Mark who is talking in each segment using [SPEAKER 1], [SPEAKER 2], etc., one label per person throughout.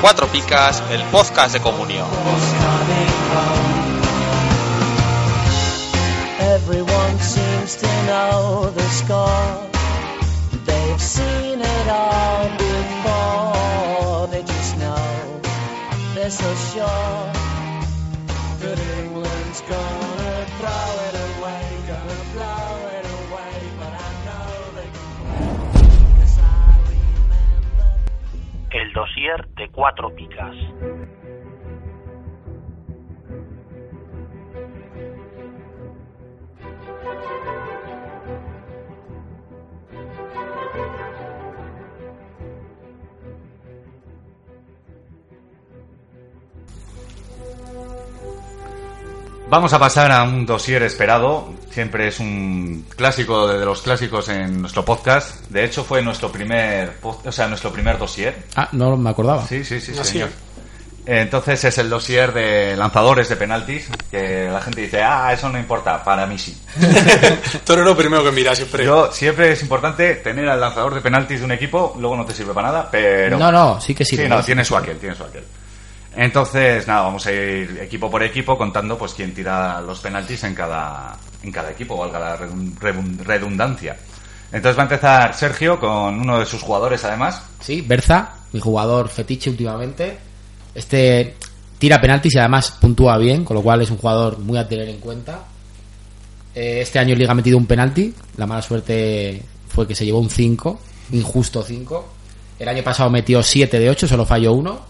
[SPEAKER 1] Cuatro Picas, el podcast de comunión.
[SPEAKER 2] Everyone seems to know the score. They've seen it all before. They just know they're so sure that England's gonna throw it away, gonna blow it away. But I know they can. 'Cause I remember.
[SPEAKER 3] El dossier de cuatro picas.
[SPEAKER 4] Vamos a pasar a un dossier esperado. Siempre es un clásico de los clásicos en nuestro podcast. De hecho, fue nuestro primer, pod- o sea, nuestro primer dossier.
[SPEAKER 5] Ah, no me acordaba.
[SPEAKER 4] Sí, sí, sí,
[SPEAKER 6] Ah, sí.
[SPEAKER 4] señor. Entonces es el dossier de lanzadores de penaltis que la gente dice, ah, eso no importa, para mí sí.
[SPEAKER 6] Toro lo primero que mira siempre.
[SPEAKER 4] Yo siempre es importante tener al lanzador de penaltis de un equipo, luego no te sirve para nada, pero...
[SPEAKER 5] No, no, sí que sirve.
[SPEAKER 4] Sí, no, tiene su aquel, tiene su aquel. Entonces, nada, vamos a ir equipo por equipo contando pues quién tira los penaltis en cada, en cada equipo, valga la redun- redun- redundancia. Entonces va a empezar Sergio con uno de sus jugadores, además.
[SPEAKER 5] Sí, Berza, mi jugador fetiche últimamente. Este tira penaltis y además puntúa bien, con lo cual es un jugador muy a tener en cuenta. Eh, Este año en Liga ha metido un penalti. La mala suerte fue que se llevó un 5, injusto 5. El año pasado metió 7 de 8, solo falló uno.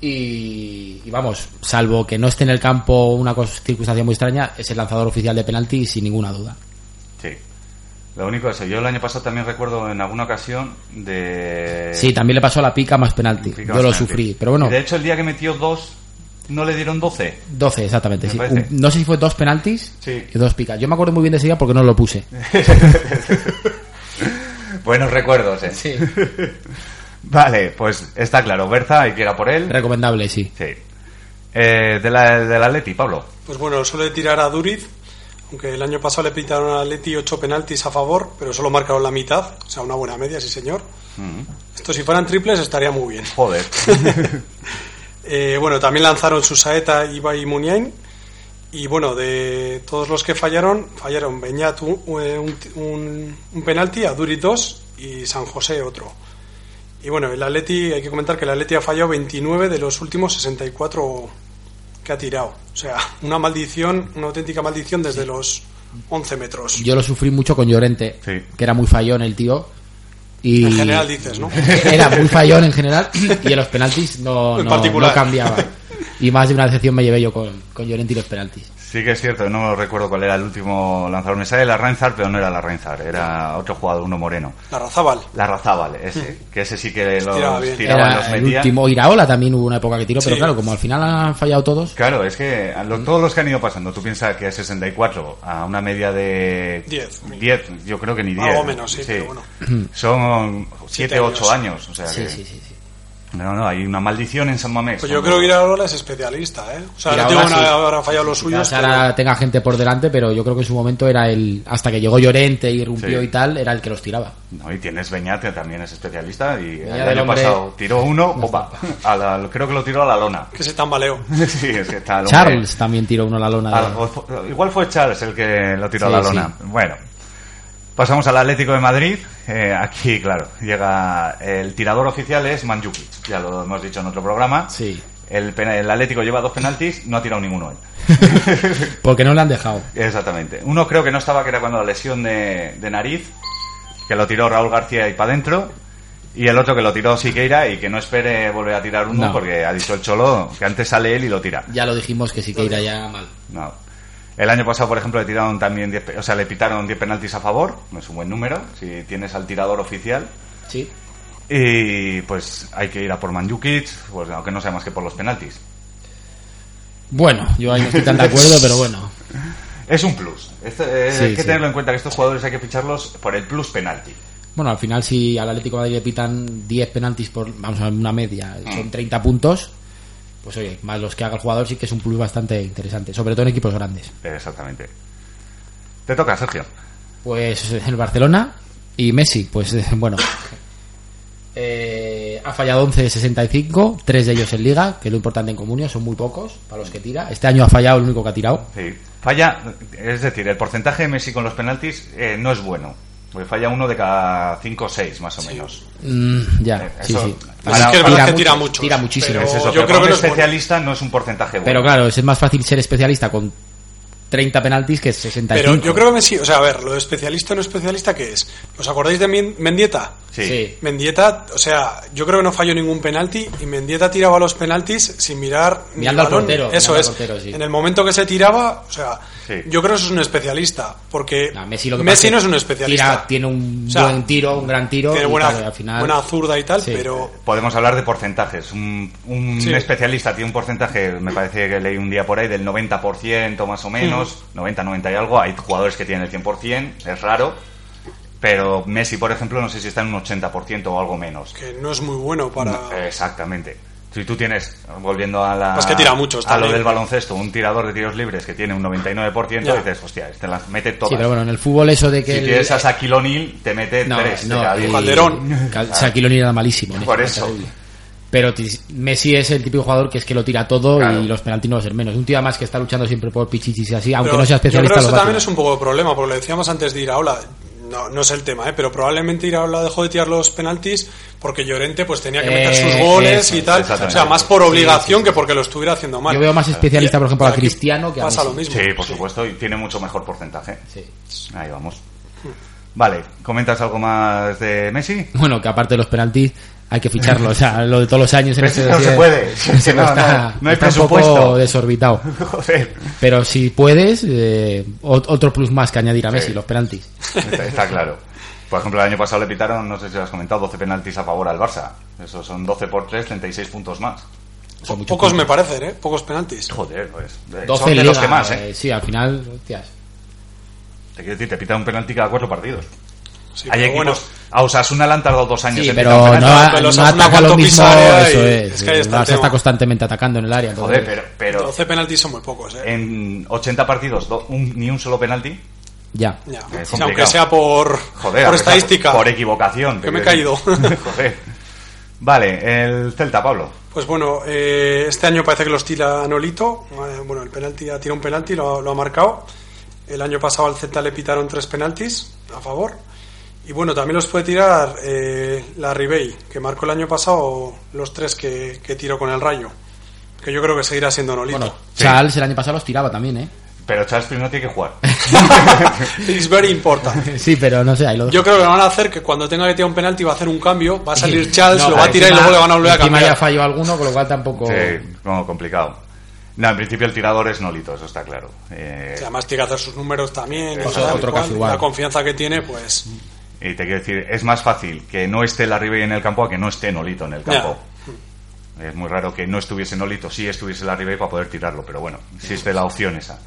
[SPEAKER 5] Y, y vamos, salvo que no esté en el campo una cos- circunstancia muy extraña, es el lanzador oficial de penalti sin ninguna duda.
[SPEAKER 4] Sí. Lo único es, yo el año pasado también recuerdo en alguna ocasión de...
[SPEAKER 5] Sí, también le pasó a la pica más penalti.
[SPEAKER 4] Pica
[SPEAKER 5] Yo lo
[SPEAKER 4] bastante.
[SPEAKER 5] sufrí, pero bueno.
[SPEAKER 4] Y De hecho, el día que metió dos, ¿no le dieron 12?
[SPEAKER 5] 12, exactamente.
[SPEAKER 4] Me
[SPEAKER 5] sí.
[SPEAKER 4] parece.
[SPEAKER 5] Un- no sé si fue dos penaltis
[SPEAKER 4] Sí.
[SPEAKER 5] y dos picas. Yo me acuerdo muy bien de ese día porque no lo puse.
[SPEAKER 4] Buenos recuerdos, ¿eh?
[SPEAKER 5] Sí.
[SPEAKER 4] Vale, pues está claro. Berza, hay que ir a por él.
[SPEAKER 5] Recomendable, sí.
[SPEAKER 4] Sí. Eh, de la, del Atleti, Pablo.
[SPEAKER 6] Pues bueno, suele tirar a Duriz, aunque el año pasado le pitaron a Leti ocho penaltis a favor, pero solo marcaron la mitad, o sea, una buena media, sí señor. Esto si fueran triples estaría muy bien.
[SPEAKER 4] Joder.
[SPEAKER 6] Eh, bueno, también lanzaron Susaeta, Iba y Muniain. Y bueno, de todos los que fallaron, fallaron Beñat un, eh, un- un- un penalti, Aduri dos y San José otro. Y bueno, el Atleti, hay que comentar que el Atleti ha fallado 29 de los últimos 64 que ha tirado. O sea, una maldición, una auténtica maldición desde los 11 metros.
[SPEAKER 5] Yo lo sufrí mucho con Llorente,
[SPEAKER 4] Sí.
[SPEAKER 5] que era muy fallón el tío. Y
[SPEAKER 6] En general dices, ¿no?
[SPEAKER 5] Era muy fallón en general y en los penaltis no,
[SPEAKER 6] En
[SPEAKER 5] no-
[SPEAKER 6] particular.
[SPEAKER 5] no cambiaba. Y más de una decepción me llevé yo con, con Llorente y los penaltis.
[SPEAKER 4] Sí que es cierto, no recuerdo cuál era el último lanzador. Me sale la Renzar, pero no era la Renzar, era otro jugador, uno moreno.
[SPEAKER 6] La Razábal.
[SPEAKER 4] La Razábal, ese. Que ese sí que los
[SPEAKER 6] Hmm. Tiraba bien.
[SPEAKER 4] tiraban,
[SPEAKER 5] Era
[SPEAKER 4] los
[SPEAKER 5] el
[SPEAKER 4] metía.
[SPEAKER 5] último. Iraola también hubo una época que tiró, pero
[SPEAKER 6] Sí.
[SPEAKER 5] claro, como al final han fallado todos.
[SPEAKER 4] Claro, es que a
[SPEAKER 6] Hmm.
[SPEAKER 4] lo- todos los que han ido pasando, tú piensas que a 64, a una media de
[SPEAKER 6] Diez.
[SPEAKER 4] 10, yo creo que ni 10.
[SPEAKER 6] Algo menos, sí, pero bueno.
[SPEAKER 4] Son 7,
[SPEAKER 6] Siete
[SPEAKER 4] 8 años.
[SPEAKER 6] años.
[SPEAKER 4] o sea
[SPEAKER 5] Sí,
[SPEAKER 4] que-
[SPEAKER 5] sí, sí. sí.
[SPEAKER 4] No, no, hay una maldición en San Mamés.
[SPEAKER 6] Pues yo
[SPEAKER 4] Cuando-
[SPEAKER 6] creo que Iraola es especialista, ¿eh? O sea, no
[SPEAKER 5] Iraola
[SPEAKER 6] digo que
[SPEAKER 5] sí.
[SPEAKER 6] habrá fallado los
[SPEAKER 5] Quizás
[SPEAKER 6] suyos.
[SPEAKER 5] ahora
[SPEAKER 6] pero-
[SPEAKER 5] tenga gente por delante, pero yo creo que en su momento era el. Hasta que llegó Llorente y irrumpió
[SPEAKER 4] Sí.
[SPEAKER 5] y tal, era el que los tiraba.
[SPEAKER 4] No, y tienes Beñat, que también es especialista, y
[SPEAKER 5] Beñat,
[SPEAKER 4] el
[SPEAKER 5] el
[SPEAKER 4] año
[SPEAKER 5] hombre-
[SPEAKER 4] pasado tiró uno, ¡opa! A la- creo que lo tiró a la lona.
[SPEAKER 6] que se tambaleó.
[SPEAKER 4] sí, es que está el hombre-
[SPEAKER 5] Charles también tiró uno a la lona. de-
[SPEAKER 4] Algo- fue- igual fue Charles el que lo tiró a
[SPEAKER 5] Sí,
[SPEAKER 4] la
[SPEAKER 5] sí.
[SPEAKER 4] lona. Bueno, pasamos al Atlético de Madrid. Eh, aquí, claro, llega el tirador oficial es Manjukic, ya lo hemos dicho en otro programa.
[SPEAKER 5] Sí.
[SPEAKER 4] El, pena- el Atlético lleva dos penaltis, no ha tirado ninguno él.
[SPEAKER 5] Porque no le han dejado.
[SPEAKER 4] Exactamente. Uno creo que no estaba, que era cuando la lesión de, de nariz, que lo tiró Raúl García y para adentro. Y el otro que lo tiró Siqueira y que no espere volver a tirar uno
[SPEAKER 5] No.
[SPEAKER 4] porque ha dicho el Cholo que antes sale él y lo tira.
[SPEAKER 5] Ya lo dijimos que sí que irá ya mal.
[SPEAKER 4] No. El año pasado, por ejemplo, le tiraron también 10, pe- o sea, le pitaron 10 penaltis a favor, no es un buen número, si tienes al tirador oficial.
[SPEAKER 5] Sí.
[SPEAKER 4] Y pues hay que ir a por Manjukic, pues aunque no sea más que por los penaltis.
[SPEAKER 5] Bueno, yo ahí no estoy tan de acuerdo, pero bueno.
[SPEAKER 4] Es un plus. Esto, eh,
[SPEAKER 5] Sí,
[SPEAKER 4] hay que
[SPEAKER 5] sí.
[SPEAKER 4] tenerlo en cuenta que estos jugadores hay que ficharlos por el plus penalti.
[SPEAKER 5] Bueno, al final si al Atlético de Madrid le pitan 10 penaltis por, vamos a ver, una media, son 30 puntos. pues oye, más los que haga el jugador sí que es un plus bastante interesante, sobre todo en equipos grandes.
[SPEAKER 4] Exactamente. Te toca, Sergio.
[SPEAKER 5] Pues el Barcelona y Messi, pues eh, bueno. Eh, ha fallado 11 de 65, tres de ellos en liga, que es lo importante en comunio, son muy pocos para los que tira. Este año ha fallado el único que ha tirado.
[SPEAKER 4] Sí. Falla, es decir, el porcentaje de Messi con los penaltis eh, no es bueno. Porque falla uno de cada cinco o seis, más o menos.
[SPEAKER 5] Mm, ya,
[SPEAKER 4] Eh,
[SPEAKER 5] sí,
[SPEAKER 4] eso-
[SPEAKER 5] sí.
[SPEAKER 4] Pues es que es
[SPEAKER 6] verdad que tira
[SPEAKER 5] mucho,
[SPEAKER 6] mucho,
[SPEAKER 5] Tira muchísimo.
[SPEAKER 6] pero-
[SPEAKER 4] es eso,
[SPEAKER 6] yo
[SPEAKER 4] pero
[SPEAKER 6] creo
[SPEAKER 4] para
[SPEAKER 6] que
[SPEAKER 4] un
[SPEAKER 6] no es bueno.
[SPEAKER 4] especialista no es un porcentaje bueno.
[SPEAKER 5] Pero claro, es más fácil ser especialista con 30 penaltis que 65.
[SPEAKER 6] Pero yo creo que Messi, o sea, a ver, lo de especialista o no especialista, ¿qué es? ¿Os acordáis de Mien- Mendieta?
[SPEAKER 4] sí.
[SPEAKER 5] sí.
[SPEAKER 6] Mendieta, o sea, yo creo que no falló ningún penalti y Mendieta tiraba los penaltis sin mirar ni
[SPEAKER 5] Mirando
[SPEAKER 6] el
[SPEAKER 5] al
[SPEAKER 6] balón.
[SPEAKER 5] portero, mirando
[SPEAKER 6] Eso
[SPEAKER 5] al
[SPEAKER 6] es.
[SPEAKER 5] portero, sí.
[SPEAKER 6] En el momento que se tiraba, o sea,
[SPEAKER 4] Sí.
[SPEAKER 6] yo creo que eso es un especialista, porque
[SPEAKER 5] No, Messi, lo que pasa
[SPEAKER 6] no
[SPEAKER 5] que
[SPEAKER 6] es un especialista.
[SPEAKER 5] tira- tiene un
[SPEAKER 6] O sea,
[SPEAKER 5] buen tiro, un gran tiro.
[SPEAKER 6] tiene
[SPEAKER 5] y
[SPEAKER 6] buena,
[SPEAKER 5] claro, al final,
[SPEAKER 6] buena zurda y tal,
[SPEAKER 5] Sí.
[SPEAKER 6] pero
[SPEAKER 4] Podemos hablar de porcentajes. Un, un
[SPEAKER 6] Sí.
[SPEAKER 4] especialista tiene un porcentaje, me parece que leí un día por ahí, del 90% más o menos,
[SPEAKER 6] Mm.
[SPEAKER 4] 90, 90 y algo. Hay jugadores que tienen el 100%, es raro. Pero Messi, por ejemplo, no sé si está en un 80% o algo menos.
[SPEAKER 6] que no es muy bueno
[SPEAKER 4] eh,
[SPEAKER 6] para.
[SPEAKER 4] Exactamente. Si tú tienes, volviendo a la.
[SPEAKER 6] Pues que tira muchos
[SPEAKER 4] A lo
[SPEAKER 6] también.
[SPEAKER 4] del baloncesto, un tirador de tiros libres que tiene un 99%,
[SPEAKER 6] Ya.
[SPEAKER 4] dices, hostia, este las mete todas.
[SPEAKER 5] Sí, pero bueno, en el fútbol eso de que.
[SPEAKER 4] si
[SPEAKER 5] el-
[SPEAKER 4] tienes a Shaquille O'Neal, te mete
[SPEAKER 5] no,
[SPEAKER 4] tres. de
[SPEAKER 5] no,
[SPEAKER 4] cada diez.
[SPEAKER 5] y-
[SPEAKER 6] Calderón.
[SPEAKER 5] Cal- Shaquille O'Neal era malísimo. ¿no?
[SPEAKER 4] Por eso.
[SPEAKER 5] Pero ti- Messi es el típico jugador que es que lo tira todo
[SPEAKER 4] Claro.
[SPEAKER 5] y los penaltis no va a ser menos. Un tío además que está luchando siempre por pichichis y así, aunque
[SPEAKER 6] Pero
[SPEAKER 5] no sea especialista.
[SPEAKER 6] Yo creo que
[SPEAKER 5] lo
[SPEAKER 6] eso
[SPEAKER 5] va a
[SPEAKER 6] también es
[SPEAKER 5] tirar.
[SPEAKER 6] un poco de problema, porque lo decíamos antes de Iraola. No, no es el tema, ¿eh? pero probablemente Iraola dejó de tirar los penaltis porque Llorente pues tenía que meter
[SPEAKER 5] Eh,
[SPEAKER 6] sus goles
[SPEAKER 5] eso
[SPEAKER 6] y
[SPEAKER 5] es,
[SPEAKER 6] tal. O
[SPEAKER 4] exactamente.
[SPEAKER 6] sea, más por obligación que porque lo estuviera haciendo mal.
[SPEAKER 5] Yo veo más especialista,
[SPEAKER 6] Y-
[SPEAKER 5] por ejemplo, a
[SPEAKER 6] aquí
[SPEAKER 5] Cristiano que a
[SPEAKER 6] Pasa
[SPEAKER 5] Messi.
[SPEAKER 6] lo mismo.
[SPEAKER 4] Sí, por supuesto, y tiene mucho mejor porcentaje.
[SPEAKER 5] Sí.
[SPEAKER 4] Ahí vamos. Vale, ¿comentas algo más de Messi?
[SPEAKER 5] Bueno, que aparte de los penaltis hay que ficharlo. O sea, lo de todos los años en
[SPEAKER 4] Pero
[SPEAKER 5] este
[SPEAKER 4] eso no se
[SPEAKER 5] dossier,
[SPEAKER 4] puede.
[SPEAKER 5] eso
[SPEAKER 4] No,
[SPEAKER 5] está-
[SPEAKER 4] no, no hay
[SPEAKER 5] está un
[SPEAKER 4] presupuesto.
[SPEAKER 5] poco desorbitado.
[SPEAKER 4] Joder,
[SPEAKER 5] Pero si puedes, eh, ot- otro plus más que añadir a Messi,
[SPEAKER 4] Sí.
[SPEAKER 5] los penaltis.
[SPEAKER 4] está, está claro. Por ejemplo, el año pasado le pitaron, no sé si lo has comentado, 12 penaltis a favor al Barça. Eso son 12 por 3, 36 puntos más.
[SPEAKER 5] Son muchos
[SPEAKER 6] Pocos me
[SPEAKER 5] puntos.
[SPEAKER 6] parecen, ¿eh? Pocos penaltis.
[SPEAKER 4] Joder, pues. eh,
[SPEAKER 5] 12
[SPEAKER 4] son de
[SPEAKER 5] en
[SPEAKER 4] los
[SPEAKER 5] Liga,
[SPEAKER 4] que más, ¿eh?
[SPEAKER 5] eh, Sí, al final, hostias.
[SPEAKER 4] Te quiero decir, te pitan un penalti cada cuatro partidos.
[SPEAKER 6] Sí,
[SPEAKER 4] Hay
[SPEAKER 6] pero
[SPEAKER 4] equipos.
[SPEAKER 6] bueno,
[SPEAKER 4] A Osasuna le han tardado dos años
[SPEAKER 5] Sí,
[SPEAKER 4] en
[SPEAKER 5] pero
[SPEAKER 4] pitar un
[SPEAKER 5] no,
[SPEAKER 4] penalti.
[SPEAKER 5] a-
[SPEAKER 6] pero
[SPEAKER 5] no
[SPEAKER 6] los Asuna
[SPEAKER 5] ataca lo
[SPEAKER 6] cuanto
[SPEAKER 5] mismo.
[SPEAKER 6] pisa, eh,
[SPEAKER 5] eso
[SPEAKER 6] y-
[SPEAKER 5] es.
[SPEAKER 6] es que
[SPEAKER 5] el
[SPEAKER 6] ahí está el
[SPEAKER 5] Barça está
[SPEAKER 6] tema.
[SPEAKER 5] constantemente atacando en el área. entonces-
[SPEAKER 4] Joder, pero, pero
[SPEAKER 6] 12 penaltis son muy pocos, ¿eh?
[SPEAKER 4] en 80 partidos do- un- ni un solo penalti.
[SPEAKER 5] Ya.
[SPEAKER 6] Ya.
[SPEAKER 4] es
[SPEAKER 6] Sí, aunque
[SPEAKER 4] complicado.
[SPEAKER 6] sea por,
[SPEAKER 4] Joder,
[SPEAKER 6] por
[SPEAKER 4] aunque sea
[SPEAKER 6] estadística.
[SPEAKER 4] Por equivocación.
[SPEAKER 6] Que me he
[SPEAKER 4] te quiero
[SPEAKER 6] caído.
[SPEAKER 4] decir. Joder. Vale, el Celta, Pablo.
[SPEAKER 6] Pues bueno, eh, este año parece que los tira Nolito. Eh, bueno, el penalti ha tirado un penalti, lo, ha- lo ha marcado. El año pasado al Celta le pitaron tres penaltis a favor. Y bueno, también los puede tirar eh, la Ribey, que marcó el año pasado los tres que, que tiró con el Rayo. Que yo creo que seguirá siendo Nolito.
[SPEAKER 5] Bueno,
[SPEAKER 4] Sí.
[SPEAKER 5] Charles el año pasado los tiraba también, ¿eh?
[SPEAKER 4] Pero Charles primero tiene que jugar.
[SPEAKER 6] It's very important.
[SPEAKER 5] Sí, pero no sé, ahí lo
[SPEAKER 6] Yo creo que lo van a hacer que cuando tenga que tirar un penalti va a hacer un cambio, va a salir Charles,
[SPEAKER 5] No,
[SPEAKER 6] lo va a
[SPEAKER 5] encima-
[SPEAKER 6] tirar y luego le van a volver a
[SPEAKER 5] encima
[SPEAKER 6] cambiar.
[SPEAKER 5] ya falló alguno, con lo cual tampoco.
[SPEAKER 4] Sí, como complicado. No, en principio el tirador es Nolito, eso está claro. Eh,
[SPEAKER 6] Y Además tiene que hacer sus números también. y
[SPEAKER 5] Otro-
[SPEAKER 6] tal y
[SPEAKER 5] otro
[SPEAKER 6] cual.
[SPEAKER 5] caso igual.
[SPEAKER 6] La confianza que tiene, pues...
[SPEAKER 4] y te quiero decir, es más fácil que no esté la Ribey en el campo a que no esté Nolito en el campo. Es muy raro que no estuviese Nolito, sí estuviese la Ribey para poder tirarlo, pero bueno, existe la opción esa.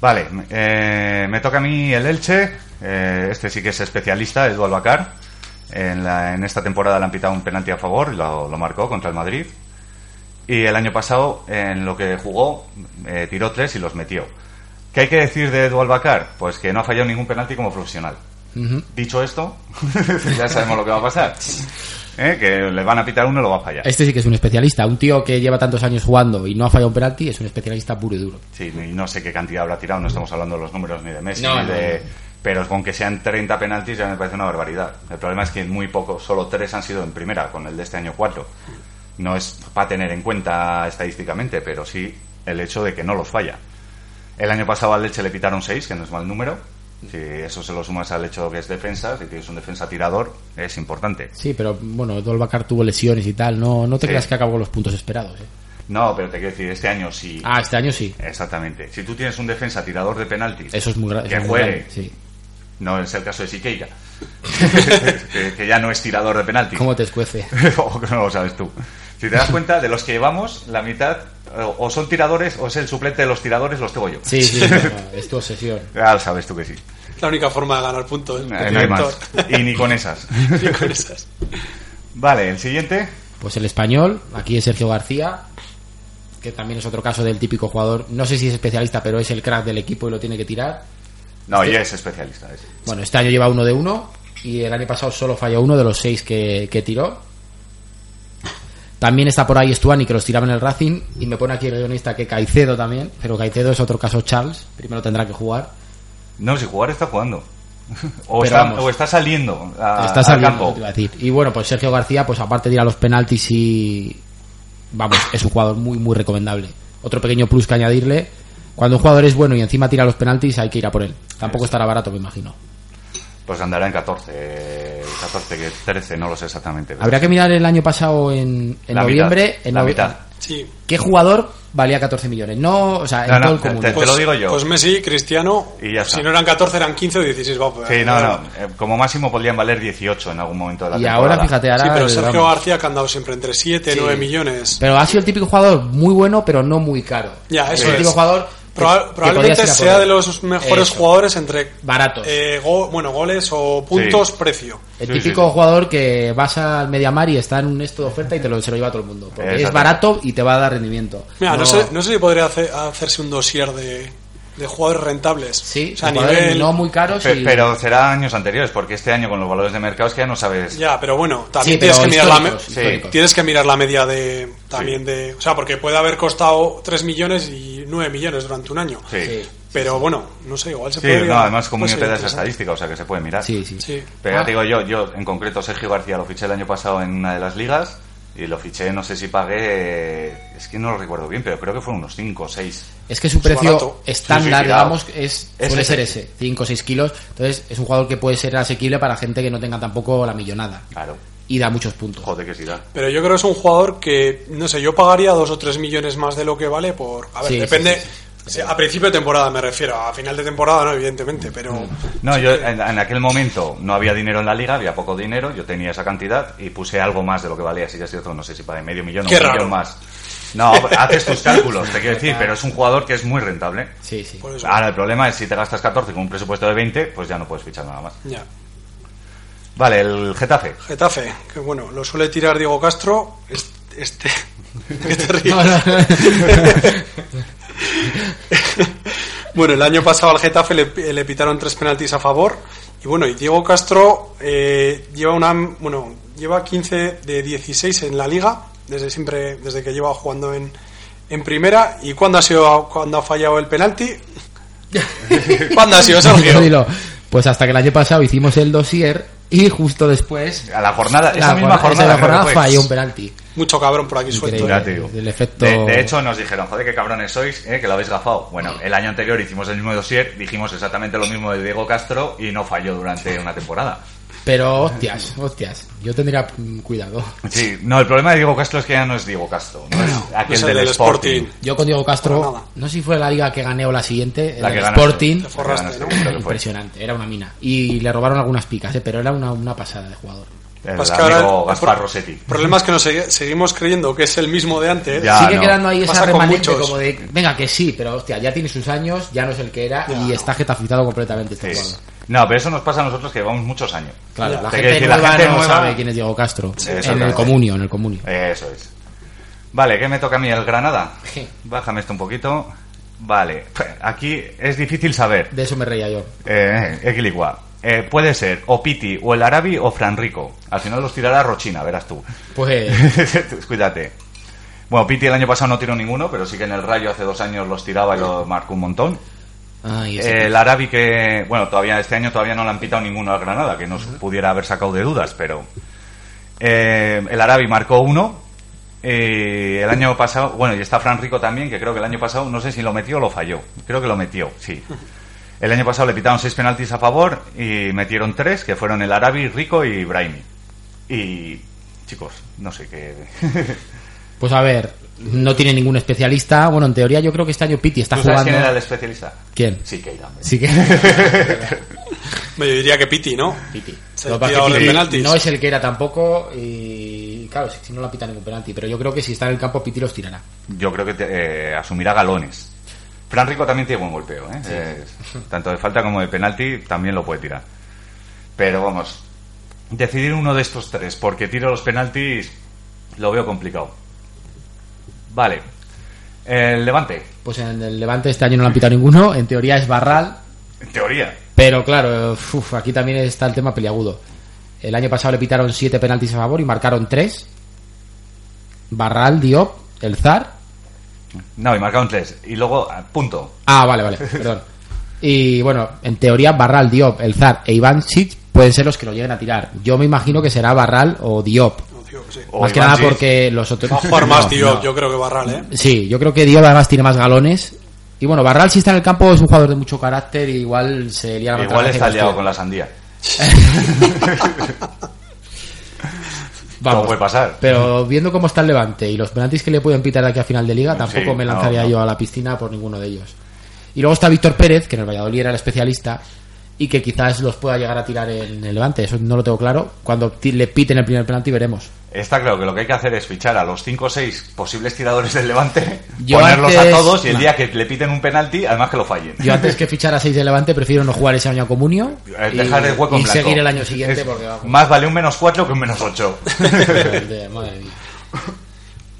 [SPEAKER 4] Vale, eh, me toca a mí el Elche. eh, este sí que es especialista, Edu Albacar. En, la- en esta temporada le han pitado un penalti a favor, y lo, lo marcó contra el Madrid. Y el año pasado, en lo que jugó, eh, tiró tres y los metió. ¿Qué hay que decir de Edu Albacar? Pues que no ha fallado ningún penalti como profesional. Dicho esto, ya sabemos lo que va a pasar. Eh, Que le van a pitar uno y lo va a fallar.
[SPEAKER 5] Este sí que es un especialista. Un tío que lleva tantos años jugando y no ha fallado un penalti es un especialista puro y duro.
[SPEAKER 4] Sí, y no sé qué cantidad habrá tirado, no estamos hablando de los números ni de Messi,
[SPEAKER 5] No,
[SPEAKER 4] ni
[SPEAKER 5] no,
[SPEAKER 4] de...
[SPEAKER 5] no.
[SPEAKER 4] Pero con que sean 30 penaltis ya me parece una barbaridad. El problema es que muy pocos, solo tres han sido en primera, con el de este año cuatro. No es para tener en cuenta estadísticamente, pero sí el hecho de que no los falla. El año pasado al Leche le pitaron seis, que no es mal número. Si eso se lo sumas al hecho que es defensa, si tienes un defensa tirador, es importante.
[SPEAKER 5] Sí, pero bueno, Dolbacar tuvo lesiones y tal. No, no te
[SPEAKER 4] Sí.
[SPEAKER 5] creas que acabó con los puntos esperados. ¿eh?
[SPEAKER 4] No, pero te quiero decir, este año sí.
[SPEAKER 5] Ah, este año sí.
[SPEAKER 4] Exactamente. Si tú tienes un defensa tirador de penaltis,
[SPEAKER 5] Eso es muy grave.
[SPEAKER 4] que juegue, No es el caso de Siqueira, que, que ya no es tirador de penalti.
[SPEAKER 5] ¿Cómo te escuece?
[SPEAKER 4] O que no lo sabes tú. Si te das cuenta, de los que llevamos, la mitad o- o son tiradores o es el suplente de los tiradores, los tengo yo.
[SPEAKER 5] Sí, sí, no, no, es tu obsesión.
[SPEAKER 4] Ya sabes tú que sí.
[SPEAKER 6] La única forma de ganar puntos. ¿eh?
[SPEAKER 4] Eh, no hay más. Y ni con esas.
[SPEAKER 6] Y con esas.
[SPEAKER 4] Vale, el siguiente.
[SPEAKER 5] Pues el español, aquí es Sergio García, que también es otro caso del típico jugador, no sé si es especialista, pero es el crack del equipo y lo tiene que tirar.
[SPEAKER 4] No,
[SPEAKER 5] Este-
[SPEAKER 4] y es especialista. es-
[SPEAKER 5] Bueno, este año lleva uno de uno y el año pasado solo falló uno de los seis que, que tiró. También está por ahí Stuani que los tiraba en el Racing y me pone aquí el guionista que Caicedo también, pero Caicedo es otro caso Charles, primero tendrá que jugar.
[SPEAKER 4] No, si jugar está jugando. O,
[SPEAKER 5] Pero
[SPEAKER 4] está,
[SPEAKER 5] vamos.
[SPEAKER 4] o está saliendo. a-
[SPEAKER 5] está
[SPEAKER 4] al
[SPEAKER 5] saliendo,
[SPEAKER 4] campo.
[SPEAKER 5] te iba a decir. Y bueno, pues Sergio García, pues aparte de ir a los penaltis y... Vamos, es un jugador muy, muy recomendable. Otro pequeño plus que añadirle. Cuando un jugador es bueno y encima tira los penaltis, hay que ir a por él. Tampoco estará barato, me imagino.
[SPEAKER 4] Pues andará en 14, 14, que 13, no lo sé exactamente. pero
[SPEAKER 5] Habría que mirar el año pasado en, en
[SPEAKER 4] la mitad,
[SPEAKER 5] noviembre. en
[SPEAKER 4] la
[SPEAKER 5] nove-
[SPEAKER 4] mitad.
[SPEAKER 6] Sí.
[SPEAKER 5] ¿Qué jugador valía 14 millones? No, o sea, en
[SPEAKER 4] No, no,
[SPEAKER 5] todo el
[SPEAKER 4] te-
[SPEAKER 5] común.
[SPEAKER 4] te- lo digo yo.
[SPEAKER 6] Pues Messi, Cristiano.
[SPEAKER 4] Y ya está.
[SPEAKER 6] Si no eran 14, eran 15 o 16. vamos.
[SPEAKER 4] Sí, no, no. eh, Como máximo podrían valer 18 en algún momento de la
[SPEAKER 5] Y
[SPEAKER 4] temporada.
[SPEAKER 5] ahora, fíjate, ahora...
[SPEAKER 6] Sí, pero
[SPEAKER 5] el-
[SPEAKER 6] Sergio
[SPEAKER 5] vamos.
[SPEAKER 6] García que ha andado siempre entre 7,
[SPEAKER 5] Sí.
[SPEAKER 6] 9 millones.
[SPEAKER 5] Pero ha sido el típico jugador muy bueno, pero no muy caro.
[SPEAKER 6] Ya, eso
[SPEAKER 5] el
[SPEAKER 6] es.
[SPEAKER 5] típico jugador... que-
[SPEAKER 6] Proba-
[SPEAKER 5] que
[SPEAKER 6] probablemente
[SPEAKER 5] podías ir a por
[SPEAKER 6] sea
[SPEAKER 5] él.
[SPEAKER 6] de los mejores
[SPEAKER 5] Eso.
[SPEAKER 6] jugadores entre
[SPEAKER 5] Baratos.
[SPEAKER 6] eh, go- bueno, goles o puntos, precio.
[SPEAKER 5] El
[SPEAKER 4] Sí,
[SPEAKER 5] típico
[SPEAKER 4] sí, sí.
[SPEAKER 5] jugador que vas al Mediamar y está en un esto de oferta y te lo, se lo lleva a todo el mundo. Porque es
[SPEAKER 4] Exacto.
[SPEAKER 5] barato y te va a dar rendimiento.
[SPEAKER 6] Mira, no,
[SPEAKER 5] No-
[SPEAKER 6] sé, no sé si podría hacer- hacerse un dossier de, de jugadores rentables.
[SPEAKER 5] Sí,
[SPEAKER 6] o sea, a
[SPEAKER 5] jugadores
[SPEAKER 6] nivel.
[SPEAKER 5] no muy caros.
[SPEAKER 4] Pe-
[SPEAKER 5] y-
[SPEAKER 4] Pero será años anteriores, porque este año con los valores de mercado es que ya no sabes.
[SPEAKER 6] Ya, pero bueno,
[SPEAKER 5] Sí,
[SPEAKER 6] también
[SPEAKER 5] pero
[SPEAKER 6] tienes, que mirar la me-
[SPEAKER 5] históricos,
[SPEAKER 4] Sí.
[SPEAKER 5] históricos.
[SPEAKER 6] tienes que mirar la media de. También de. O sea, porque puede haber costado 3 millones y 9 millones durante un año.
[SPEAKER 4] Sí,
[SPEAKER 5] Sí,
[SPEAKER 4] sí,
[SPEAKER 6] Pero bueno, no sé, igual se puede. pues
[SPEAKER 4] no, además como te da esa estadística, o sea que se puede mirar.
[SPEAKER 5] sí, sí.
[SPEAKER 6] Sí.
[SPEAKER 4] Pero ya
[SPEAKER 5] Ah.
[SPEAKER 4] te digo yo, yo en concreto Sergio García lo fiché el año pasado en una de las ligas y lo fiché, no sé si pagué, es que no lo recuerdo bien, pero creo que fueron unos 5 o 6.
[SPEAKER 5] Es que su precio
[SPEAKER 6] barato.
[SPEAKER 5] estándar,
[SPEAKER 4] Sí, sí, sí, claro.
[SPEAKER 5] digamos, es,
[SPEAKER 4] Es
[SPEAKER 5] suele
[SPEAKER 4] ese.
[SPEAKER 5] ser ese, 5 o 6 kilos. Entonces, es un jugador que puede ser asequible para gente que no tenga tampoco la millonada.
[SPEAKER 4] Claro,
[SPEAKER 5] Y da muchos puntos.
[SPEAKER 4] joder que sí da.
[SPEAKER 6] Pero yo creo que es un jugador que, no sé, yo pagaría dos o tres millones más de lo que vale por... A ver,
[SPEAKER 5] Sí, sí,
[SPEAKER 6] depende...
[SPEAKER 5] sí, sí.
[SPEAKER 6] o sea, A principio de temporada me refiero, a final de temporada no, evidentemente, pero...
[SPEAKER 4] No, yo en, en aquel momento no había dinero en la liga, había poco dinero, yo tenía esa cantidad y puse algo más de lo que valía, si ya es cierto, no sé si pagué medio millón o
[SPEAKER 6] Qué
[SPEAKER 4] un
[SPEAKER 6] raro.
[SPEAKER 4] millón más. No, haces tus cálculos, te quiero decir, pero es un jugador que es muy rentable.
[SPEAKER 5] Sí, sí.
[SPEAKER 6] Por eso.
[SPEAKER 4] Ahora, el problema es si te gastas 14 con un presupuesto de 20, pues ya no puedes fichar nada más.
[SPEAKER 6] Ya.
[SPEAKER 4] Vale, el Getafe.
[SPEAKER 6] Getafe, que bueno, lo suele tirar Diego Castro. es- Este... ¿Qué te ríes?
[SPEAKER 5] No, no,
[SPEAKER 6] Bueno, el año pasado al Getafe le, le pitaron tres penaltis a favor. Y bueno, y Diego Castro eh, lleva una bueno, lleva 15 de 16 en la liga, desde siempre, desde que lleva jugando en, en primera. ¿Y cuándo ha sido cuando ha fallado el penalti? ¿Cuándo ha sido
[SPEAKER 5] Dilo,
[SPEAKER 6] Sergio?
[SPEAKER 5] dilo. Pues hasta que el año pasado hicimos el dossier y justo después...
[SPEAKER 4] A la jornada, esa
[SPEAKER 5] la
[SPEAKER 4] misma
[SPEAKER 5] jornada-
[SPEAKER 4] jornada. pues.
[SPEAKER 5] esa
[SPEAKER 4] creo que
[SPEAKER 5] jornada
[SPEAKER 4] fue.
[SPEAKER 5] falló un penalti.
[SPEAKER 6] Mucho cabrón por aquí suelto.
[SPEAKER 5] Increíble.
[SPEAKER 4] Ya
[SPEAKER 6] ¿eh?
[SPEAKER 4] te digo.
[SPEAKER 5] Del efecto-
[SPEAKER 4] De, de hecho, nos dijeron, joder, qué cabrones sois, eh, que lo habéis gafado. Bueno, el año anterior hicimos el mismo dossier, dijimos exactamente lo mismo de Diego Castro y no falló durante una temporada.
[SPEAKER 5] Pero hostias, hostias. Yo tendría mm, cuidado.
[SPEAKER 4] Sí, no, el problema de Diego Castro es que ya no es Diego Castro, no es aquel
[SPEAKER 6] es el
[SPEAKER 4] del,
[SPEAKER 6] del
[SPEAKER 4] Sporting.
[SPEAKER 6] Sporting.
[SPEAKER 5] Yo con Diego
[SPEAKER 6] Para
[SPEAKER 5] Castro,
[SPEAKER 6] nada.
[SPEAKER 5] no sé si fue la liga que gané o la siguiente,
[SPEAKER 4] La
[SPEAKER 5] el
[SPEAKER 4] que ganaste.
[SPEAKER 5] Sporting.
[SPEAKER 6] Te forraste,
[SPEAKER 4] La que
[SPEAKER 6] ¿no?
[SPEAKER 4] ganaste, creo que fue.
[SPEAKER 5] Impresionante, era una mina. Y le robaron algunas picas, ¿eh? pero era una, una pasada de jugador.
[SPEAKER 4] El
[SPEAKER 6] Pues que ahora-
[SPEAKER 4] amigo Gaspar
[SPEAKER 6] pro-
[SPEAKER 4] Rossetti.
[SPEAKER 6] Problema es que nos segui- seguimos creyendo que es el mismo de antes.
[SPEAKER 4] Ya. Ah,
[SPEAKER 5] Sigue
[SPEAKER 4] no.
[SPEAKER 5] quedando ahí
[SPEAKER 6] Pasa
[SPEAKER 5] esa
[SPEAKER 6] con
[SPEAKER 5] remanente
[SPEAKER 6] muchos.
[SPEAKER 5] como de, venga, que sí, pero hostia, ya tiene sus años, ya no es el que era
[SPEAKER 6] Ya.
[SPEAKER 5] y está getafitado completamente este
[SPEAKER 4] Sí.
[SPEAKER 5] jugador.
[SPEAKER 4] No, pero eso nos pasa a nosotros que llevamos muchos años.
[SPEAKER 5] Claro,
[SPEAKER 6] Ya.
[SPEAKER 5] la
[SPEAKER 4] Te
[SPEAKER 5] gente,
[SPEAKER 4] quiero decir, la
[SPEAKER 5] nueva
[SPEAKER 4] gente
[SPEAKER 5] no
[SPEAKER 4] nueva-
[SPEAKER 5] sabe quién es Diego Castro. en el
[SPEAKER 4] exactamente.
[SPEAKER 5] comunio, en el comunio.
[SPEAKER 4] Eso es. Vale, ¿qué me toca a mí? El Granada.
[SPEAKER 5] Sí.
[SPEAKER 4] Bájame esto un poquito. Vale, pues aquí es difícil saber.
[SPEAKER 5] De eso me reía yo.
[SPEAKER 4] Eh, Equiligua. Eh, puede ser o Piti, o el Arabi, o Franrico. Al final los tirará Rochina, verás tú.
[SPEAKER 5] Pues
[SPEAKER 4] Cuídate. Bueno, Piti el año pasado no tiró ninguno, pero sí que en el Rayo hace dos años los tiraba y los marcó un montón.
[SPEAKER 5] ay, ese
[SPEAKER 4] Eh, el Arabi que, bueno, todavía este año todavía no le han pitado ninguno al Granada, que nos pudiera haber sacado de dudas, pero eh, el Arabi marcó uno. eh, el año pasado, bueno, y está Fran Rico también, que creo que el año pasado, no sé si lo metió o lo falló. Creo que lo metió, sí. El año pasado le pitaron seis penaltis a favor y metieron tres, que fueron el Arabi, Rico y Brahimi. Y, chicos, no sé qué.
[SPEAKER 5] Pues a ver, no tiene ningún especialista. Bueno, en teoría yo creo que este año Piti está
[SPEAKER 4] ¿Tú sabes
[SPEAKER 5] jugando.
[SPEAKER 4] quién era el especialista?
[SPEAKER 5] ¿Quién?
[SPEAKER 4] Sí, que hombre.
[SPEAKER 5] Sí que.
[SPEAKER 6] Me diría que Piti, ¿no?
[SPEAKER 5] Piti.
[SPEAKER 6] Se
[SPEAKER 5] Lo que pasa
[SPEAKER 6] tira
[SPEAKER 5] es que
[SPEAKER 6] de
[SPEAKER 5] Piti
[SPEAKER 6] penaltis.
[SPEAKER 5] no es el que era tampoco. Y claro, si si no la pita ningún penalti. Pero yo creo que si está en el campo, Piti los tirará.
[SPEAKER 4] yo creo que te- eh, asumirá galones. Fran Rico también tiene buen golpeo, ¿eh? Es- tanto de falta como de penalti también lo puede tirar. Pero vamos, decidir uno de estos tres, porque tiro los penaltis lo veo complicado. Vale. El Levante,
[SPEAKER 5] Pues en el Levante este año no lo han pitado ninguno. En teoría es Barral.
[SPEAKER 4] en teoría.
[SPEAKER 5] Pero claro, uf, aquí también está el tema peliagudo. El año pasado le pitaron siete penaltis a favor y marcaron tres. Barral, Diop, El Zar.
[SPEAKER 4] No, y marcaron tres. Y luego, ah, punto.
[SPEAKER 5] Ah, vale, vale, perdón. Y bueno, en teoría Barral, Diop, El Zar e Iván Sic pueden ser los que lo lleguen a tirar. Yo me imagino que será Barral o Diop.
[SPEAKER 6] No, tío, sí.
[SPEAKER 4] O
[SPEAKER 5] más que
[SPEAKER 4] Iván
[SPEAKER 5] nada
[SPEAKER 4] Gis.
[SPEAKER 5] porque los otros...
[SPEAKER 6] Va a jugar más,
[SPEAKER 5] No,
[SPEAKER 6] tío.
[SPEAKER 5] no.
[SPEAKER 6] Yo creo que Barral, ¿eh?
[SPEAKER 5] Sí, yo creo que Diop además tiene más galones. Y bueno, Barral si está en el campo es un jugador de mucho carácter y igual se lía la
[SPEAKER 4] Igual
[SPEAKER 5] matraca que
[SPEAKER 4] está liado
[SPEAKER 5] Castilla.
[SPEAKER 4] con la sandía.
[SPEAKER 5] Vamos.
[SPEAKER 4] Todo puede pasar.
[SPEAKER 5] Pero viendo cómo está el Levante y los penaltis que le pueden pitar de aquí a final de liga, tampoco
[SPEAKER 4] Sí,
[SPEAKER 5] me
[SPEAKER 4] no,
[SPEAKER 5] lanzaría
[SPEAKER 4] no.
[SPEAKER 5] yo a la piscina por ninguno de ellos. Y luego está Víctor Pérez, que en el Valladolid era el especialista y que quizás los pueda llegar a tirar en el Levante. Eso no lo tengo claro. Cuando ti- le piten el primer penalti veremos.
[SPEAKER 4] Está claro que lo que hay que hacer es fichar a los 5 o 6 posibles tiradores del Levante,
[SPEAKER 5] Yo
[SPEAKER 4] ponerlos a
[SPEAKER 5] antes-
[SPEAKER 4] todos y el
[SPEAKER 5] No.
[SPEAKER 4] día que le piten un penalti, además que lo fallen.
[SPEAKER 5] Yo antes que fichar a 6 de Levante prefiero no jugar ese año a Comunio
[SPEAKER 4] Eh, Dejar el hueco en
[SPEAKER 5] y
[SPEAKER 4] blanco.
[SPEAKER 5] seguir el año siguiente
[SPEAKER 4] Es-
[SPEAKER 5] porque vamos,
[SPEAKER 4] Más vale un menos 4 que un menos 8.
[SPEAKER 5] joder, madre mía.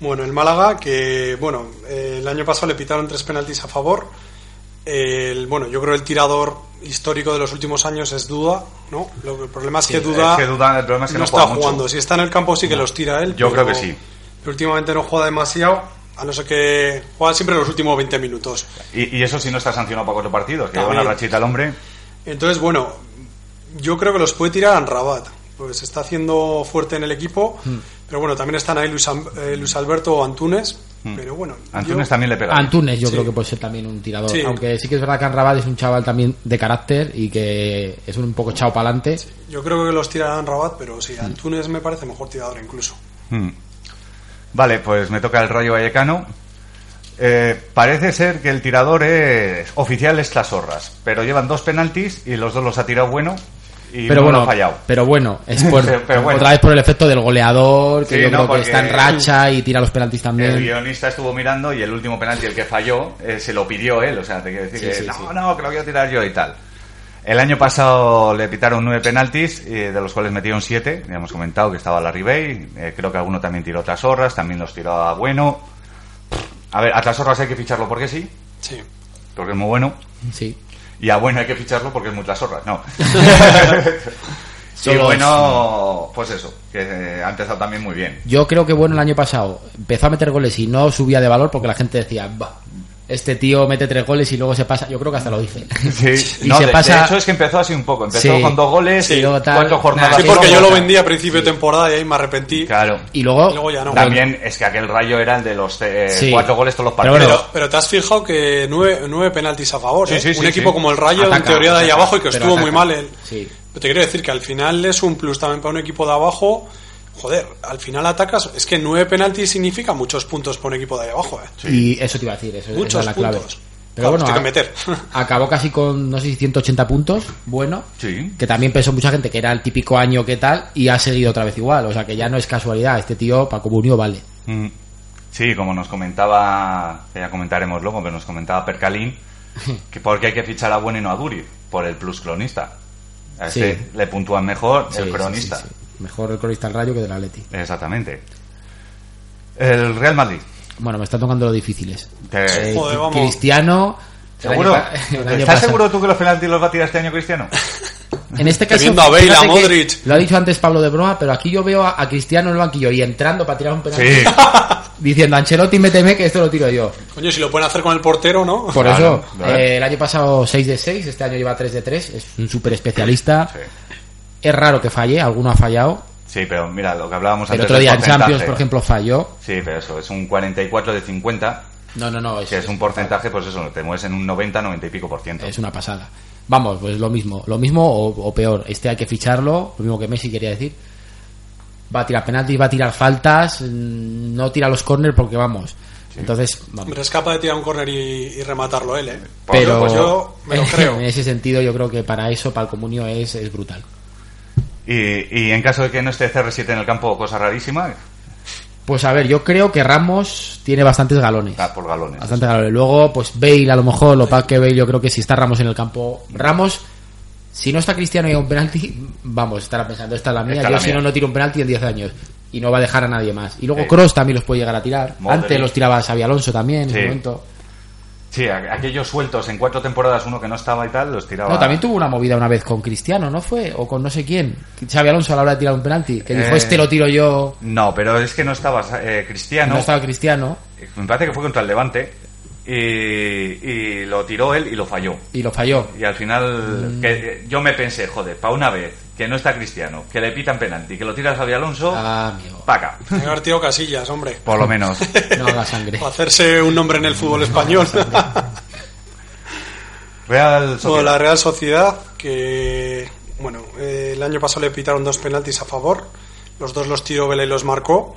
[SPEAKER 6] Bueno, el Málaga, que bueno, eh, el año pasado le pitaron tres penaltis a favor. El, bueno, yo creo el tirador histórico de los últimos años es Duda, ¿no? Lo que- el problema es que Duda,
[SPEAKER 4] es que Duda, el problema es que
[SPEAKER 6] no
[SPEAKER 4] no
[SPEAKER 6] está
[SPEAKER 4] juega mucho.
[SPEAKER 6] jugando. Si está en el campo sí que los tira él.
[SPEAKER 4] Yo
[SPEAKER 6] pero-
[SPEAKER 4] creo que sí.
[SPEAKER 6] pero últimamente no juega demasiado, a no ser que juega siempre los últimos 20 minutos.
[SPEAKER 4] Y, y eso si no está sancionado para cuatro partidos, que lleva una
[SPEAKER 6] También.
[SPEAKER 4] rachita al hombre.
[SPEAKER 6] Entonces, bueno, yo creo que los puede tirar Anrabat, porque se está haciendo fuerte en el equipo.
[SPEAKER 4] Hmm.
[SPEAKER 6] Pero bueno, también están ahí Luis, Am- eh, Luis Alberto o Antunes. Pero bueno,
[SPEAKER 4] Hmm. Antunes
[SPEAKER 6] yo-
[SPEAKER 4] también le pega.
[SPEAKER 5] A Antunes yo
[SPEAKER 6] Sí.
[SPEAKER 5] creo que puede ser también un tirador.
[SPEAKER 6] Sí.
[SPEAKER 5] Aunque sí que es verdad que Anrabat es un chaval también de carácter y que es un poco chao para adelante.
[SPEAKER 6] Yo creo que los tirarán Rabat, pero sí, Antunes me parece mejor tirador incluso.
[SPEAKER 4] Mm. Vale, pues me toca el Rayo Vallecano. Eh, parece ser que el tirador es oficial es Trasorras, pero llevan dos penaltis y los dos los ha tirado bueno y
[SPEAKER 5] pero
[SPEAKER 4] uno
[SPEAKER 5] bueno,
[SPEAKER 4] ha fallado.
[SPEAKER 5] pero bueno, es por,
[SPEAKER 4] Pero- pero bueno.
[SPEAKER 5] otra vez por el efecto del goleador, que
[SPEAKER 4] Sí, no,
[SPEAKER 5] yo creo
[SPEAKER 4] porque-
[SPEAKER 5] que está en racha y tira los penaltis
[SPEAKER 4] El
[SPEAKER 5] también.
[SPEAKER 4] guionista estuvo mirando y el último penalti, el que falló, eh, se lo pidió él. O sea, te quiero decir
[SPEAKER 5] Sí,
[SPEAKER 4] que
[SPEAKER 5] sí,
[SPEAKER 4] no,
[SPEAKER 5] sí.
[SPEAKER 4] no, que lo quiero tirar yo y tal. El año pasado le pitaron nueve penaltis, eh, de los cuales metieron siete. Ya hemos comentado que estaba la Ribey. eh, creo que alguno también tiró otras horras, también los tiró a bueno. A ver, a otras horras hay que ficharlo porque sí,
[SPEAKER 6] Sí.
[SPEAKER 4] porque es muy bueno.
[SPEAKER 5] Sí.
[SPEAKER 4] Y a bueno hay que ficharlo porque es muy trasorras, no. y
[SPEAKER 5] Solo-
[SPEAKER 4] bueno, pues eso, que eh, ha empezado también muy bien.
[SPEAKER 5] Yo creo que bueno el año pasado empezó a meter goles y no subía de valor porque la gente decía, "Bah, este tío mete tres goles y luego se pasa. Yo creo que hasta lo dice.
[SPEAKER 4] Sí,
[SPEAKER 5] Y
[SPEAKER 4] no,
[SPEAKER 5] se
[SPEAKER 4] de,
[SPEAKER 5] pasa-
[SPEAKER 4] de hecho es que empezó así un poco. Empezó
[SPEAKER 5] Sí.
[SPEAKER 4] con dos goles
[SPEAKER 5] Sí,
[SPEAKER 4] y
[SPEAKER 5] luego tal.
[SPEAKER 4] cuatro jornadas.
[SPEAKER 5] Nah,
[SPEAKER 6] Sí,
[SPEAKER 5] sí,
[SPEAKER 6] porque
[SPEAKER 5] no,
[SPEAKER 6] yo lo
[SPEAKER 5] no.
[SPEAKER 6] vendí a principio de temporada y ahí me arrepentí.
[SPEAKER 4] Claro.
[SPEAKER 5] Y luego,
[SPEAKER 6] Y luego ya no.
[SPEAKER 4] También es que aquel rayo era el de los eh,
[SPEAKER 5] Sí.
[SPEAKER 4] cuatro goles todos los
[SPEAKER 5] Pero
[SPEAKER 4] partidos.
[SPEAKER 5] bueno,
[SPEAKER 6] Pero, pero te has fijado que nueve, nueve penaltis a favor.
[SPEAKER 4] Sí,
[SPEAKER 6] ¿eh?
[SPEAKER 4] sí, sí,
[SPEAKER 6] un equipo
[SPEAKER 4] sí.
[SPEAKER 6] como el Rayo, en
[SPEAKER 5] Ataca,
[SPEAKER 6] teoría de ahí
[SPEAKER 5] ataca,
[SPEAKER 6] abajo, y que
[SPEAKER 5] pero
[SPEAKER 6] estuvo
[SPEAKER 5] ataca.
[SPEAKER 6] muy mal. El...
[SPEAKER 5] Sí.
[SPEAKER 6] Pero te quiero decir que al final es un plus también para un equipo de abajo. Joder, al final atacas. Es que nueve penaltis significa muchos puntos para un equipo de ahí abajo. ¿eh?
[SPEAKER 5] Y eso te iba a decir, eso esa
[SPEAKER 6] Muchos
[SPEAKER 5] es la clave.
[SPEAKER 6] puntos. Claro, los tiene que
[SPEAKER 5] a-
[SPEAKER 6] meter.
[SPEAKER 5] acabó casi con, no sé si 180 puntos, bueno,
[SPEAKER 4] Sí.
[SPEAKER 5] que también pensó mucha gente que era el típico año que tal, y ha seguido otra vez igual, o sea que ya no es casualidad, este tío Paco Bunio vale.
[SPEAKER 4] Mm. Sí, como nos comentaba, que ya comentaremos luego, pero nos comentaba Percalín, que porque hay que fichar a Bueno y no a Duri, por el plus cronista. A este
[SPEAKER 5] Sí.
[SPEAKER 4] le puntúan mejor
[SPEAKER 5] Sí, sí,
[SPEAKER 4] el cronista.
[SPEAKER 5] sí, sí. Mejor el cronista del Rayo que del Atleti.
[SPEAKER 4] Exactamente. El Real Madrid.
[SPEAKER 5] Bueno, me está tocando los difíciles.
[SPEAKER 4] Te-
[SPEAKER 5] Eh,
[SPEAKER 6] Joder, vamos.
[SPEAKER 5] Cristiano... el
[SPEAKER 4] ¿Seguro?
[SPEAKER 5] año pa- el año
[SPEAKER 4] ¿Estás
[SPEAKER 5] pasado.
[SPEAKER 4] seguro tú que los penaltis los va a tirar este año Cristiano?
[SPEAKER 5] En este caso,
[SPEAKER 6] Teniendo a Bale,
[SPEAKER 5] fíjate
[SPEAKER 6] a
[SPEAKER 5] que
[SPEAKER 6] Modric.
[SPEAKER 5] Lo ha dicho antes Pablo de broma, pero aquí yo veo a, a Cristiano en el banquillo y entrando para tirar un penalti,
[SPEAKER 4] Sí.
[SPEAKER 5] diciendo, Ancelotti, méteme que esto lo tiro yo.
[SPEAKER 6] Coño, si lo pueden hacer con el portero, ¿no?
[SPEAKER 5] Por
[SPEAKER 4] Claro,
[SPEAKER 5] eso,
[SPEAKER 4] claro.
[SPEAKER 5] eh, el año pasado 6 de 6, este año lleva 3 de 3, es un súper especialista.
[SPEAKER 4] Sí.
[SPEAKER 5] Es raro que falle, alguno ha fallado.
[SPEAKER 4] Sí, pero mira, lo que hablábamos
[SPEAKER 5] El
[SPEAKER 4] antes
[SPEAKER 5] otro
[SPEAKER 4] del
[SPEAKER 5] día en
[SPEAKER 4] porcentaje.
[SPEAKER 5] Champions, por ejemplo, falló.
[SPEAKER 4] Sí, pero eso, es un 44 de 50,
[SPEAKER 5] No, no, no, es,
[SPEAKER 4] que es un porcentaje, pues eso, te mueves en un 90, 90 y pico por ciento.
[SPEAKER 5] es una pasada. Vamos, pues lo mismo, lo mismo o, o peor. Este hay que ficharlo, lo mismo que Messi quería decir. Va a tirar penaltis, va a tirar faltas, mm, no tira los corners porque vamos. Entonces, vamos.
[SPEAKER 6] Hombre, es capaz de tirar un corner y, y rematarlo él, ¿eh?
[SPEAKER 4] Por
[SPEAKER 5] Pero
[SPEAKER 4] supuesto.
[SPEAKER 6] yo me lo creo.
[SPEAKER 5] en ese sentido, yo creo que para eso, para el comunio, es, es brutal.
[SPEAKER 4] Y, y en caso de que no esté CR7 en el campo, cosa rarísima,
[SPEAKER 5] Pues a ver, yo creo que Ramos tiene bastantes galones.
[SPEAKER 4] ah, por galones.
[SPEAKER 5] Bastante calor. Y Luego, pues Bale, a lo mejor, lo pa' que Bale, yo creo que si está Ramos en el campo, Ramos, si no está Cristiano y hay un penalti, vamos, estará pensando, esta es la mía,
[SPEAKER 4] Esta es
[SPEAKER 5] yo
[SPEAKER 4] la
[SPEAKER 5] si
[SPEAKER 4] mía.
[SPEAKER 5] no, no tiro un penalti en 10 años. y no va a dejar a nadie más. Y luego
[SPEAKER 4] Sí.
[SPEAKER 5] Cross también los puede llegar a tirar.
[SPEAKER 4] Modric.
[SPEAKER 5] Antes los tiraba Xavi Alonso también en
[SPEAKER 4] Sí.
[SPEAKER 5] su momento.
[SPEAKER 4] Sí, a- aquellos sueltos en cuatro temporadas, uno que no estaba y tal, los tiraba.
[SPEAKER 5] No, también tuvo una movida una vez con Cristiano, ¿no fue? O con no sé quién. Xavi Alonso a la hora de tirar un penalti, que dijo,
[SPEAKER 4] Eh,
[SPEAKER 5] este lo tiro yo,
[SPEAKER 4] No, pero es que no estaba eh, Cristiano. Eh,
[SPEAKER 5] no estaba Cristiano,
[SPEAKER 4] Me parece que fue contra el Levante. Y, y lo tiró él y lo falló.
[SPEAKER 5] y lo falló.
[SPEAKER 4] Y al final que, eh, yo me pensé, joder, para una vez que no está Cristiano, que le pitan penalti, que lo tira Javier Alonso,
[SPEAKER 5] Ah, amigo.
[SPEAKER 4] paca.
[SPEAKER 6] Tenía que haber tirado casillas, hombre.
[SPEAKER 4] Por lo menos.
[SPEAKER 5] No haga sangre.
[SPEAKER 6] Para hacerse un nombre en el fútbol español.
[SPEAKER 4] Real
[SPEAKER 6] Bueno,
[SPEAKER 4] Sociedad.
[SPEAKER 6] la Real Sociedad, que bueno, eh, el año pasado le pitaron dos penaltis a favor, los dos los tiró Vela y los marcó.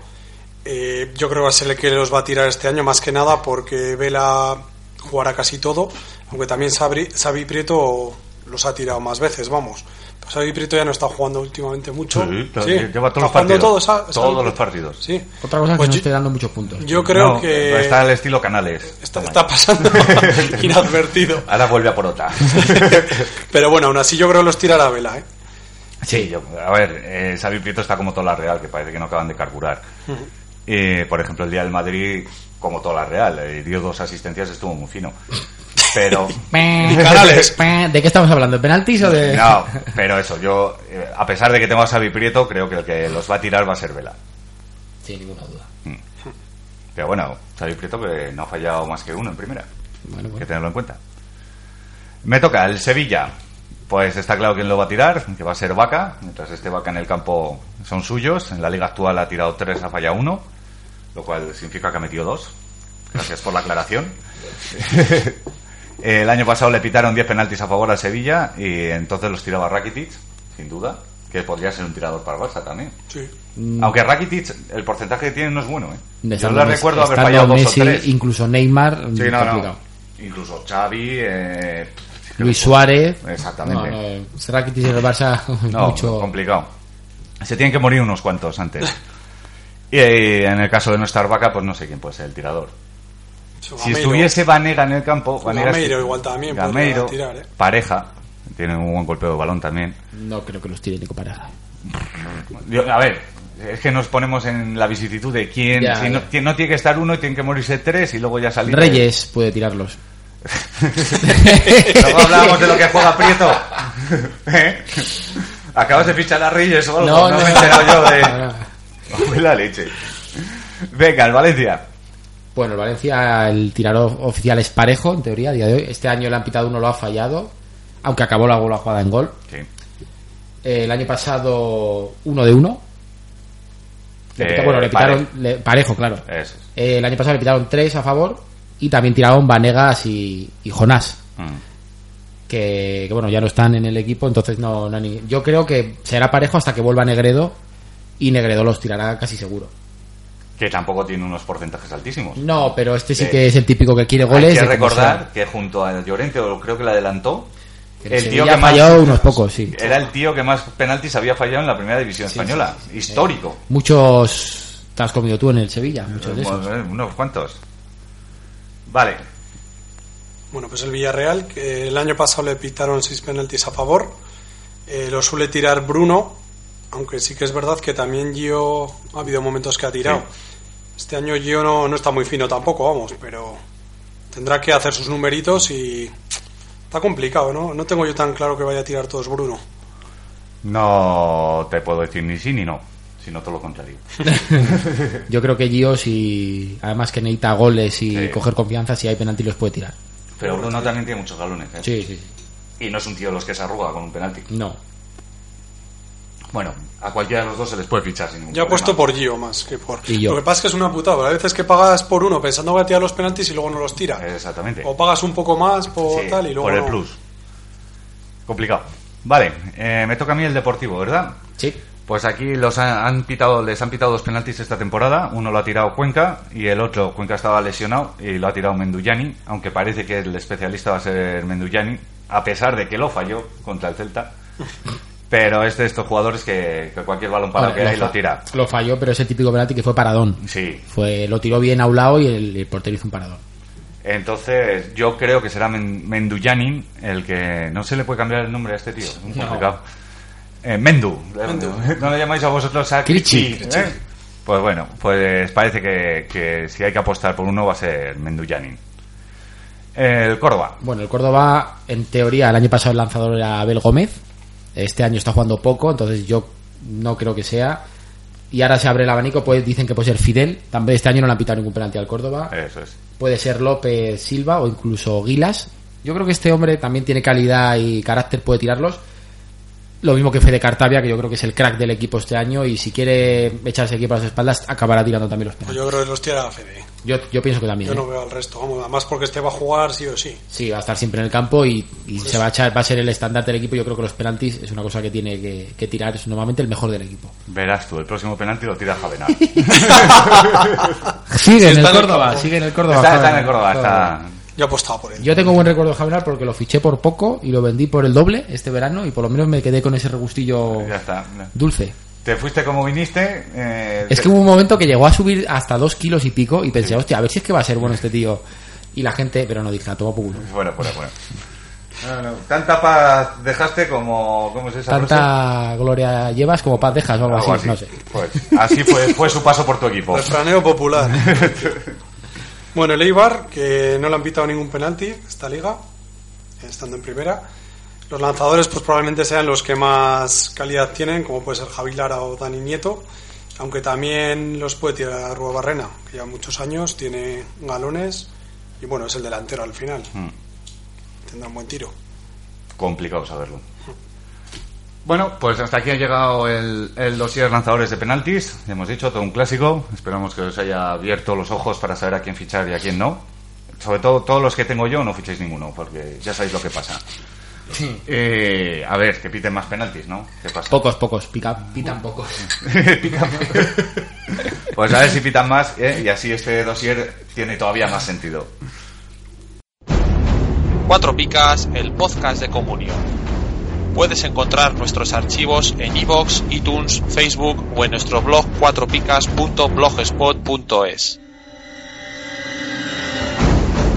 [SPEAKER 6] Eh, yo creo que se le que los va a tirar este año más que nada porque Vela jugará casi todo, aunque también Sabri- Xavi Prieto los ha tirado más veces, vamos. Pues Xavi Prieto ya no está jugando últimamente mucho.
[SPEAKER 4] Sí,
[SPEAKER 6] Sí,
[SPEAKER 4] lleva
[SPEAKER 6] está
[SPEAKER 4] todos los
[SPEAKER 6] jugando
[SPEAKER 4] partidos.
[SPEAKER 6] todo, Sa- Xavi
[SPEAKER 4] todos los
[SPEAKER 6] Prieto.
[SPEAKER 4] partidos.
[SPEAKER 6] Sí.
[SPEAKER 5] Otra cosa es que
[SPEAKER 6] Pues
[SPEAKER 5] no
[SPEAKER 6] yo-
[SPEAKER 5] esté dando muchos puntos.
[SPEAKER 6] Yo creo
[SPEAKER 4] No,
[SPEAKER 6] que
[SPEAKER 4] Está el estilo Canales.
[SPEAKER 6] está- está pasando inadvertido.
[SPEAKER 4] Ahora vuelve a por otra.
[SPEAKER 6] Pero bueno, aún así yo creo que los tirará Vela, ¿eh?
[SPEAKER 4] Sí, yo, a ver, eh, Xavi Prieto está como toda la Real, que parece que no acaban de carburar. Eh, por ejemplo, el día del Madrid, como toda la Real, eh, dio dos asistencias, estuvo muy fino. Pero,
[SPEAKER 6] Canales.
[SPEAKER 5] Pues, ¿De qué estamos hablando? ¿De penaltis o de...?
[SPEAKER 4] Pues, no, pero eso, yo, eh, a pesar de que tengo a Xavi Prieto, creo que el que los va a tirar va a ser Vela.
[SPEAKER 5] Sin ninguna duda.
[SPEAKER 4] Pero bueno, Xavi Prieto que no ha fallado más que uno en primera.
[SPEAKER 5] Bueno,
[SPEAKER 4] Hay que
[SPEAKER 5] bueno.
[SPEAKER 4] tenerlo en cuenta. Me toca el Sevilla. Pues está claro quién lo va a tirar, que va a ser Vaca. Mientras este Vaca en el campo son suyos. En la liga actual ha tirado tres, ha fallado uno. Lo cual significa que ha metido dos. Gracias por la aclaración. el año pasado le pitaron 10 penaltis a favor al Sevilla y entonces los tiraba Rakitic, sin duda. Que podría ser un tirador para el Barça también.
[SPEAKER 6] Sí.
[SPEAKER 4] Aunque Rakitic, el porcentaje que tiene no es bueno. ¿eh? Yo
[SPEAKER 5] Estando
[SPEAKER 4] le
[SPEAKER 5] Mm. Messi-
[SPEAKER 4] recuerdo haber
[SPEAKER 5] estando
[SPEAKER 4] fallado dos o
[SPEAKER 5] Messi,
[SPEAKER 4] tres.
[SPEAKER 5] Incluso Neymar,
[SPEAKER 4] Sí,
[SPEAKER 5] mm,
[SPEAKER 4] no, no.
[SPEAKER 5] complicado.
[SPEAKER 4] Incluso Xavi, eh,
[SPEAKER 5] Luis Suárez.
[SPEAKER 4] Exactamente.
[SPEAKER 5] No, no, será que tiene el Barça
[SPEAKER 4] no,
[SPEAKER 5] mucho...
[SPEAKER 4] complicado. Se tienen que morir unos cuantos antes. Y eh, en el caso de no estar vaca, pues no sé quién puede ser el tirador. Si
[SPEAKER 6] Gameiro.
[SPEAKER 4] estuviese Vanega en el campo, Vanega
[SPEAKER 6] Gameiro
[SPEAKER 4] sí.
[SPEAKER 6] igual también podría
[SPEAKER 4] Gameiro,
[SPEAKER 6] tirar, ¿eh?
[SPEAKER 4] pareja, tiene un buen golpeo de balón también.
[SPEAKER 5] No creo que los tire ni con pareja.
[SPEAKER 4] Yo- a ver, es que nos ponemos en la vicisitud de quién.
[SPEAKER 5] Ya,
[SPEAKER 4] si no,
[SPEAKER 5] ya.
[SPEAKER 4] quién no tiene que estar uno, tiene que morirse tres y luego ya salir.
[SPEAKER 5] Reyes puede tirarlos.
[SPEAKER 4] Luego hablábamos de lo que juega Prieto. ¿Eh? Acabas de fichar a Reyes o algo. No, me he enterado yo de.
[SPEAKER 5] No, no.
[SPEAKER 4] Fue la leche. Venga, el Valencia.
[SPEAKER 5] Bueno, el Valencia, el tirador oficial es parejo, en teoría, a día de hoy. Este año le han pitado uno, lo ha fallado, aunque acabó la bola jugada en gol. Eh, el año pasado, uno de uno. Le
[SPEAKER 4] Eh,
[SPEAKER 5] pita- bueno, le
[SPEAKER 4] pare-
[SPEAKER 5] pitaron le- parejo, claro.
[SPEAKER 4] Eso es.
[SPEAKER 5] Eh, el año pasado le pitaron tres a favor y también tiraron Vanegas y, y Jonás,
[SPEAKER 4] Mm.
[SPEAKER 5] que, que, bueno, ya no están en el equipo, entonces no, no hay ni- Yo creo que será parejo hasta que vuelva Negredo y Negredo los tirará casi seguro.
[SPEAKER 4] Que tampoco tiene unos porcentajes altísimos.
[SPEAKER 5] No, pero este sí
[SPEAKER 4] Eh,
[SPEAKER 5] que es el típico que quiere goles.
[SPEAKER 4] Hay que
[SPEAKER 5] de como sea.
[SPEAKER 4] recordar que junto a Llorente, o creo que le adelantó,
[SPEAKER 5] El Sevilla ha fallado unos pocos, sí.
[SPEAKER 4] Era el tío que más penaltis había fallado en la primera división española. Histórico.
[SPEAKER 5] Muchos te has comido tú en el Sevilla, muchos de esos.
[SPEAKER 4] Bueno, eh, unos cuantos. Vale.
[SPEAKER 6] Bueno, pues el Villarreal, que el año pasado le pitaron seis penaltis a favor. Eh, lo suele tirar Bruno, aunque sí que es verdad que también Gio ha habido momentos que ha tirado. Este año Gio no, no está muy fino tampoco, vamos, pero tendrá que hacer sus numeritos y está complicado, ¿no? No tengo yo tan claro que vaya a tirar todos Bruno.
[SPEAKER 4] No te puedo decir ni sí ni no, sino todo lo contrario.
[SPEAKER 5] Yo creo que Gio, si además que necesita goles y
[SPEAKER 4] Sí.
[SPEAKER 5] coger confianza, si hay penalti los puede tirar.
[SPEAKER 4] Pero Bruno también tiene muchos galones. ¿eh?
[SPEAKER 5] Sí, sí, sí.
[SPEAKER 4] Y no es un tío de los que se arruga con un penalti.
[SPEAKER 5] No.
[SPEAKER 4] Bueno, a cualquiera de los dos se les puede fichar sin ningún
[SPEAKER 6] Yo
[SPEAKER 4] problema.
[SPEAKER 6] apuesto por Gio más que por...
[SPEAKER 5] Y yo.
[SPEAKER 6] Lo que pasa es que es una putada. A veces que pagas por uno pensando que va a tirar los penaltis y luego no los tira.
[SPEAKER 4] Exactamente.
[SPEAKER 6] O pagas un poco más por
[SPEAKER 4] Sí,
[SPEAKER 6] tal y luego
[SPEAKER 4] por el
[SPEAKER 6] no.
[SPEAKER 4] plus. Complicado. Vale, eh, me toca a mí el deportivo, ¿verdad?
[SPEAKER 5] Sí.
[SPEAKER 4] Pues aquí los han, han pitado, les han pitado dos penaltis esta temporada. Uno lo ha tirado Cuenca y el otro, Cuenca estaba lesionado y lo ha tirado Menduyani, aunque parece que el especialista va a ser Menduyani, a pesar de que lo falló contra el Celta. Pero es de estos jugadores que, que cualquier balón para
[SPEAKER 5] Ahora,
[SPEAKER 4] que hay lo
[SPEAKER 5] fa-
[SPEAKER 4] tira.
[SPEAKER 5] Lo falló, pero ese típico penalti que fue paradón.
[SPEAKER 4] Sí,
[SPEAKER 5] Fue, lo tiró bien a un lado y el, el portero hizo un paradón.
[SPEAKER 4] Entonces, yo creo que será Men- Menduyanin el que. No se le puede cambiar el nombre a este tío, es muy complicado. Eh, Mendu.
[SPEAKER 6] Mendu.
[SPEAKER 4] ¿No le llamáis a vosotros a
[SPEAKER 5] Krichi.
[SPEAKER 4] Krichi, ¿eh? Pues bueno, pues parece que, que si hay que apostar por uno va a ser Menduyanin. El Córdoba.
[SPEAKER 5] Bueno, el Córdoba, en teoría, el año pasado el lanzador era Abel Gómez. Este año está jugando poco, entonces yo no creo que sea. Y ahora se abre el abanico, pues dicen que puede ser Fidel. También este año no le han pitado ningún penalti al Córdoba.
[SPEAKER 4] Eso es.
[SPEAKER 5] Puede ser López Silva o incluso Guilas. Yo creo que este hombre también tiene calidad y carácter, puede tirarlos. Lo mismo que Fede Cartavia, que yo creo que es el crack del equipo este año. Y si quiere echarse aquí para las espaldas, acabará tirando también los
[SPEAKER 6] Pues
[SPEAKER 5] penaltis.
[SPEAKER 6] yo creo que los tira a Fede.
[SPEAKER 5] Yo, yo pienso que también.
[SPEAKER 6] Yo
[SPEAKER 5] ¿eh?
[SPEAKER 6] no veo al resto. Vamos, además porque este va a jugar sí o sí.
[SPEAKER 5] Sí, va a estar siempre en el campo y, y se va a echar, va a ser el estándar del equipo. Yo creo que los penaltis es una cosa que tiene que, que tirar, es normalmente el mejor del equipo.
[SPEAKER 4] Verás tú, el próximo penalti lo tira Javenar.
[SPEAKER 5] Sigue en el
[SPEAKER 6] está en el
[SPEAKER 5] Córdoba,
[SPEAKER 6] campo.
[SPEAKER 5] sigue en el Córdoba.
[SPEAKER 4] está, está
[SPEAKER 5] joder,
[SPEAKER 4] en el Córdoba,
[SPEAKER 5] joder.
[SPEAKER 4] está...
[SPEAKER 6] Yo he apostado por él.
[SPEAKER 5] Yo tengo buen recuerdo de Javier porque lo fiché por poco y lo vendí por el doble este verano y por lo menos me quedé con ese regustillo
[SPEAKER 4] Ya está.
[SPEAKER 5] dulce.
[SPEAKER 4] Te fuiste como viniste. eh,
[SPEAKER 5] Es
[SPEAKER 4] te-
[SPEAKER 5] que hubo un momento que llegó a subir hasta dos kilos y pico y pensé, hostia, a ver si es que va a ser bueno este tío. Y la gente, pero no dije, a toma por culo.
[SPEAKER 4] Fuera, fuera, fuera. No, no, Tanta paz dejaste como... ¿Cómo es esa frase?
[SPEAKER 5] Tanta gloria llevas como paz dejas o algo,
[SPEAKER 4] Algo
[SPEAKER 5] así, no sé.
[SPEAKER 4] Pues, así fue, fue su paso por tu equipo.
[SPEAKER 6] Refraneo popular. bueno, el Eibar, que no le han pitado ningún penalti esta liga, estando en primera. Los lanzadores, pues probablemente sean los que más calidad tienen, como puede ser Javi Lara o Dani Nieto, aunque también los puede tirar Rua Barrena, que lleva muchos años, tiene galones y bueno, es el delantero al final.
[SPEAKER 4] Mm.
[SPEAKER 6] Tendrá un buen tiro.
[SPEAKER 4] Complicado saberlo. Bueno, pues hasta aquí ha llegado el, el dossier lanzadores de penaltis. Hemos dicho todo un clásico. Esperamos que os haya abierto los ojos para saber a quién fichar y a quién no. Sobre todo, todos los que tengo yo no fichéis ninguno, porque ya sabéis lo que pasa. Eh, a ver, que piten más penaltis, ¿no? ¿Qué pasa?
[SPEAKER 5] Pocos, pocos, pica- pitan pocos.
[SPEAKER 4] Pican. pues a ver si pitan más ¿eh? y así este dossier tiene todavía más sentido.
[SPEAKER 1] Cuatro Picas, el podcast de comunión. Puedes encontrar nuestros archivos en iVoox, iTunes, Facebook o en nuestro blog cuatropicas.blogspot.es.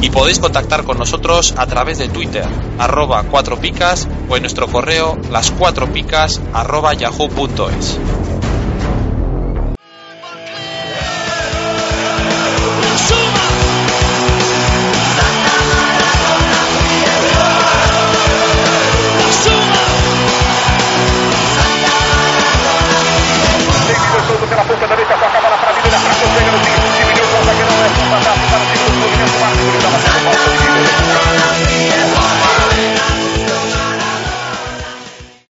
[SPEAKER 1] Y podéis contactar con nosotros a través de Twitter, arroba cuatropicas o en nuestro correo las cuatropicas arroba yahoo.es.